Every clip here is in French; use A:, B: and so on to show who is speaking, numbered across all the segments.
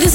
A: this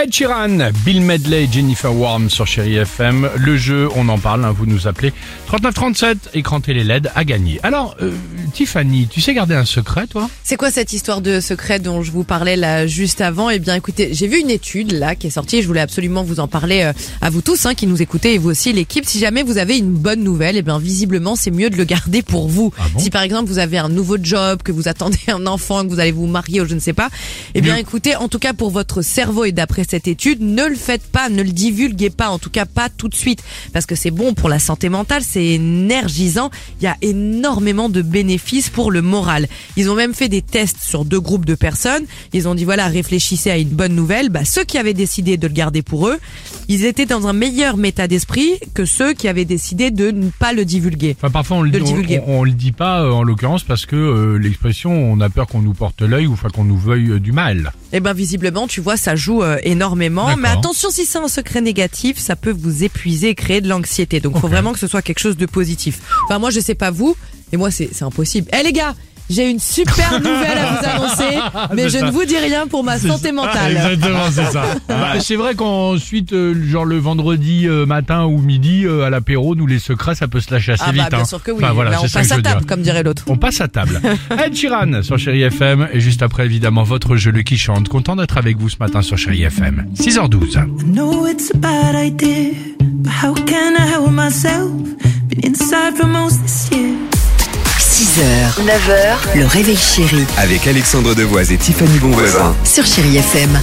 B: Ed Sheeran, Bill Medley et Jennifer Warm sur Chéri FM. Le jeu, on en parle, hein, vous nous appelez. 3937, écran télé LED à gagner. Alors, euh, Tiffany, tu sais garder un secret, toi
C: C'est quoi cette histoire de secret dont je vous parlais là juste avant Eh bien, écoutez, j'ai vu une étude là qui est sortie. Et je voulais absolument vous en parler euh, à vous tous hein, qui nous écoutez et vous aussi l'équipe. Si jamais vous avez une bonne nouvelle, eh bien visiblement c'est mieux de le garder pour vous.
B: Ah bon
C: si par exemple vous avez un nouveau job, que vous attendez un enfant, que vous allez vous marier ou je ne sais pas, eh bien
B: Mieux.
C: écoutez, en tout cas pour votre cerveau et d'après cette étude, ne le faites pas, ne le divulguez pas, en tout cas pas tout de suite, parce que c'est bon pour la santé mentale, c'est énergisant. Il y a énormément de bénéfices pour le moral. Ils ont même fait des tests sur deux groupes de personnes. Ils ont dit voilà, réfléchissez à une bonne nouvelle. Bah, ceux qui avaient décidé de le garder pour eux, ils étaient dans un meilleur état d'esprit que ceux qui avaient décidé de ne pas le divulguer.
B: Enfin, parfois, on le,
C: De
B: dit-
C: le divulguer.
B: on, on- on le dit pas, euh, en l'occurrence, parce que euh, l'expression, on a peur qu'on nous porte l'œil ou enfin qu'on nous veuille euh, du mal.
C: Eh ben visiblement, tu vois, ça joue euh, énormément.
B: D'accord.
C: Mais attention, si c'est un secret négatif, ça peut vous épuiser et créer de l'anxiété. Donc, faut
B: Ok.
C: vraiment que ce soit quelque chose de positif. Enfin, moi, je sais pas vous, mais moi, c'est c'est impossible. Eh les gars, j'ai une super nouvelle à vous annoncer, mais
B: C'est
C: je
B: ça.
C: ne vous dis rien pour ma santé mentale.
B: Ah, Exactement, c'est ça. Bah, c'est vrai qu'ensuite, euh, genre le vendredi euh, matin ou midi, euh, à l'apéro, nous, les secrets, ça peut se lâcher assez
C: Ah
B: vite.
C: bah bien
B: hein.
C: sûr que oui.
B: Enfin, voilà,
C: Là,
B: c'est
C: on
B: ça que
C: passe
B: je
C: à
B: veux
C: table,
B: dire.
C: comme dirait l'autre.
B: On passe à table. Ed Sheeran sur Chéri FM et juste après évidemment votre jeu le qui chante. Content d'être avec vous ce matin sur Chéri FM. 6h12.
D: know it's a bad idea, but how can I help myself? Been inside for most this year.
E: 6h, 9h, le réveil chéri
F: Avec Alexandre Devoise et Tiffany Bonvoisin.
E: sur Chérie FM.